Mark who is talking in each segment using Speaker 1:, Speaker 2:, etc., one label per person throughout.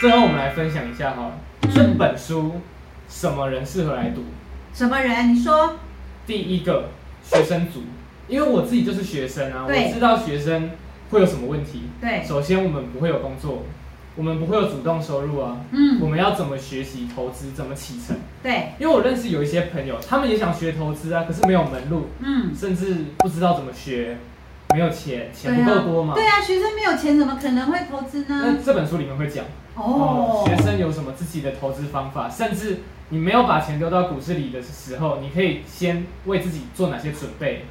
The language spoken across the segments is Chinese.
Speaker 1: 最后我们来分享一下好了，这本书什么人适合来读？
Speaker 2: 什么人？你说
Speaker 1: 第一个学生族，因为我自己就是学生啊，
Speaker 2: 对
Speaker 1: 我知道学生会有什么问题。
Speaker 2: 对，
Speaker 1: 首先，我们不会有工作，我们不会有主动收入啊，我
Speaker 2: 嗯，
Speaker 1: 们要怎么学习投资，怎么启程？
Speaker 2: 对，
Speaker 1: 因为我认识有一些朋友，他们也想学投资啊，可是没有门路，
Speaker 2: 嗯，
Speaker 1: 甚至不知道怎么学，没有钱，钱
Speaker 2: 对
Speaker 1: 不
Speaker 2: 啊
Speaker 1: 够多嘛。
Speaker 2: 对啊，学生没有钱怎么可能会投资
Speaker 1: 那
Speaker 2: 呢？
Speaker 1: 这本书里面会讲呃
Speaker 2: 哦，
Speaker 1: 学生有什么自己的投资方法，甚至你没有把钱丢到股市里的时候，你可以先为自己做哪些准 备？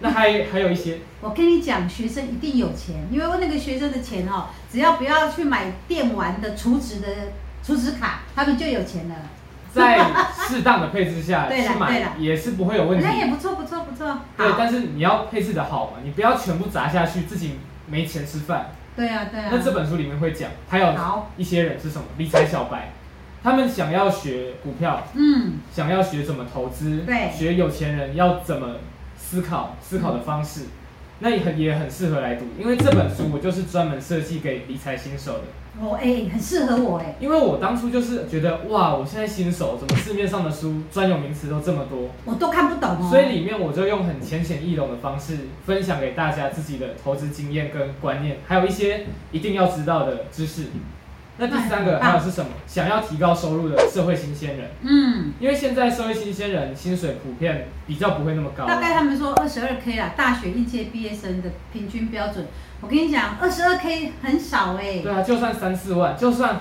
Speaker 1: 那还还有一些，
Speaker 2: 我跟你讲，学生一定有钱，因为那个学生的钱哦，只要不要去买电玩的储值的储值卡，他们就有钱了。
Speaker 1: 在适当的配置下
Speaker 2: 对啦
Speaker 1: 去
Speaker 2: 对啦
Speaker 1: 买也是不会有问题
Speaker 2: 那。也不错，不错，不错。
Speaker 1: 对，
Speaker 2: 好，
Speaker 1: 但是你要配置的好嘛，你不要全部砸下去，自己没钱吃饭。
Speaker 2: 对啊，对啊。
Speaker 1: 那这本书里面会讲，还有
Speaker 2: 好，
Speaker 1: 一些人是什么理财小白，他们想要学股票，
Speaker 2: 嗯，
Speaker 1: 想要学怎么投资，
Speaker 2: 对
Speaker 1: 学有钱人要怎么思考，思考的方式，那也很也很适合来读，因为这本书我就是专门设计给理财新手的，
Speaker 2: 我哎、很适合我哎、
Speaker 1: 因为我当初就是觉得哇，我现在新手，怎么市面上的书专有名词都这么多，
Speaker 2: 我都看不懂哦。
Speaker 1: 所以里面我就用很浅显易懂的方式分享给大家自己的投资经验跟观念，还有一些一定要知道的知识。那第三
Speaker 2: 那
Speaker 1: 个
Speaker 2: 很棒
Speaker 1: 还有是什么？想要提高收入的社会新鲜人。
Speaker 2: 嗯，
Speaker 1: 因为现在社会新鲜人薪水普遍比较不会那么高，啊
Speaker 2: 大概他们说二十二 k 啦，大学应届毕业生的平均标准。我跟你讲，二十二 k 很少哎、
Speaker 1: 对啊，就算三四万，就算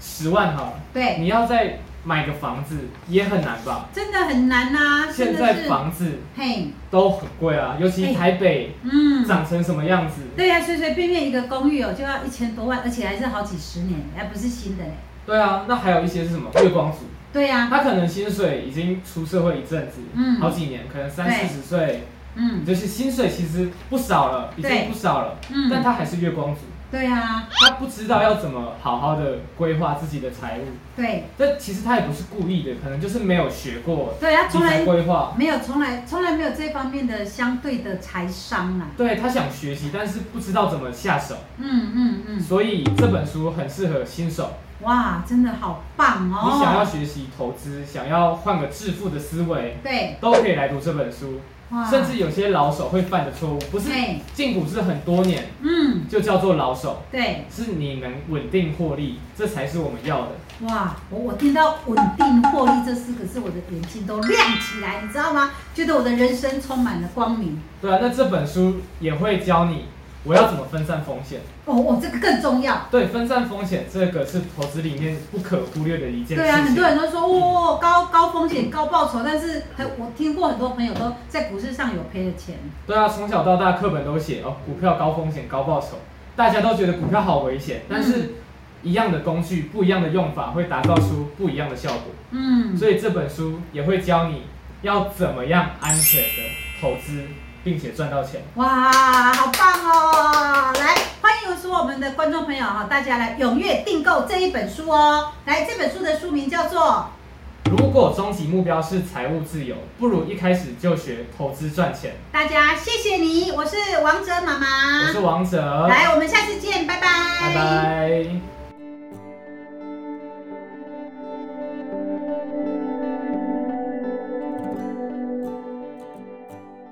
Speaker 1: 十万好了，
Speaker 2: 对，
Speaker 1: 你要再买个房子也很难吧？
Speaker 2: 真的很难呐、啊真
Speaker 1: 现
Speaker 2: 的
Speaker 1: 在
Speaker 2: 是。哎
Speaker 1: 房子
Speaker 2: 嘿，
Speaker 1: 都很贵啊，尤其台北
Speaker 2: 嗯。
Speaker 1: 涨成什么样子？
Speaker 2: 对呀、随随便便一个公寓哦，就要一千多万，而且还是好几十年，还不是新的嘞。
Speaker 1: 对啊，那还有一些是什么月光族，
Speaker 2: 对呀、
Speaker 1: 他可能薪水已经出社会一阵子，
Speaker 2: 啊嗯
Speaker 1: 好几年，可能三
Speaker 2: 对
Speaker 1: 四十岁，
Speaker 2: 嗯
Speaker 1: 就是薪水其实不少了，已
Speaker 2: 对
Speaker 1: 经不少了，但
Speaker 2: 嗯，
Speaker 1: 他还是月光族，
Speaker 2: 对啊呀、
Speaker 1: 他不知道要怎么好好的规划自己的财务。
Speaker 2: 对
Speaker 1: 这其实他也不是故意的，可能就是没有学过
Speaker 2: 对，他
Speaker 1: 理
Speaker 2: 从来
Speaker 1: 财规划。
Speaker 2: 没有，从来从来没有这方面的相对的财商啊。
Speaker 1: 对他想学习，但是不知道怎么下手，
Speaker 2: 嗯嗯嗯，
Speaker 1: 所以这本书很适合新手。
Speaker 2: 哇，真的好棒哦！
Speaker 1: 你想要学习投资，想要换个致富的思维，
Speaker 2: 对，
Speaker 1: 都可以来读这本书。
Speaker 2: 哇，
Speaker 1: 甚至有些老手会犯的错误，不是
Speaker 2: 对，
Speaker 1: 进股市很多年
Speaker 2: 嗯，
Speaker 1: 就叫做老手，
Speaker 2: 对，
Speaker 1: 是你能稳定获利，这才是我们要的。
Speaker 2: 哇，我我听到稳定获利这四个字，我的眼睛都亮起来，你知道吗？觉得我的人生充满了光明。
Speaker 1: 对啊，那这本书也会教你我要怎么分散风险。
Speaker 2: 哦，哦，这个更重要。
Speaker 1: 对，分散风险这个是投资里面不可忽略的一件事情。
Speaker 2: 对啊，很多人都说哦，高高风险高报酬，但是很我听过很多朋友都在股市上有赔了钱。
Speaker 1: 对啊，从小到大课本都写哦，股票高风险高报酬，大家都觉得股票好危险，但
Speaker 2: 嗯
Speaker 1: 是一样的工具、不一样的用法会打造出不一样的效果。
Speaker 2: 嗯，
Speaker 1: 所以这本书也会教你要怎么样安全的投资，并且赚到钱。
Speaker 2: 哇，好棒哦！来，欢迎所有我们的观众朋友哈，大家来踊跃订购这一本书哦。来，这本书的书名叫做
Speaker 1: 如果终极目标是财务自由，不如一开始就学投资赚钱。
Speaker 2: 《大家谢谢你》，我是王哲妈
Speaker 1: 我是
Speaker 2: 妈。
Speaker 1: 王哲，
Speaker 2: 来，我们下次见，拜拜
Speaker 1: 拜拜。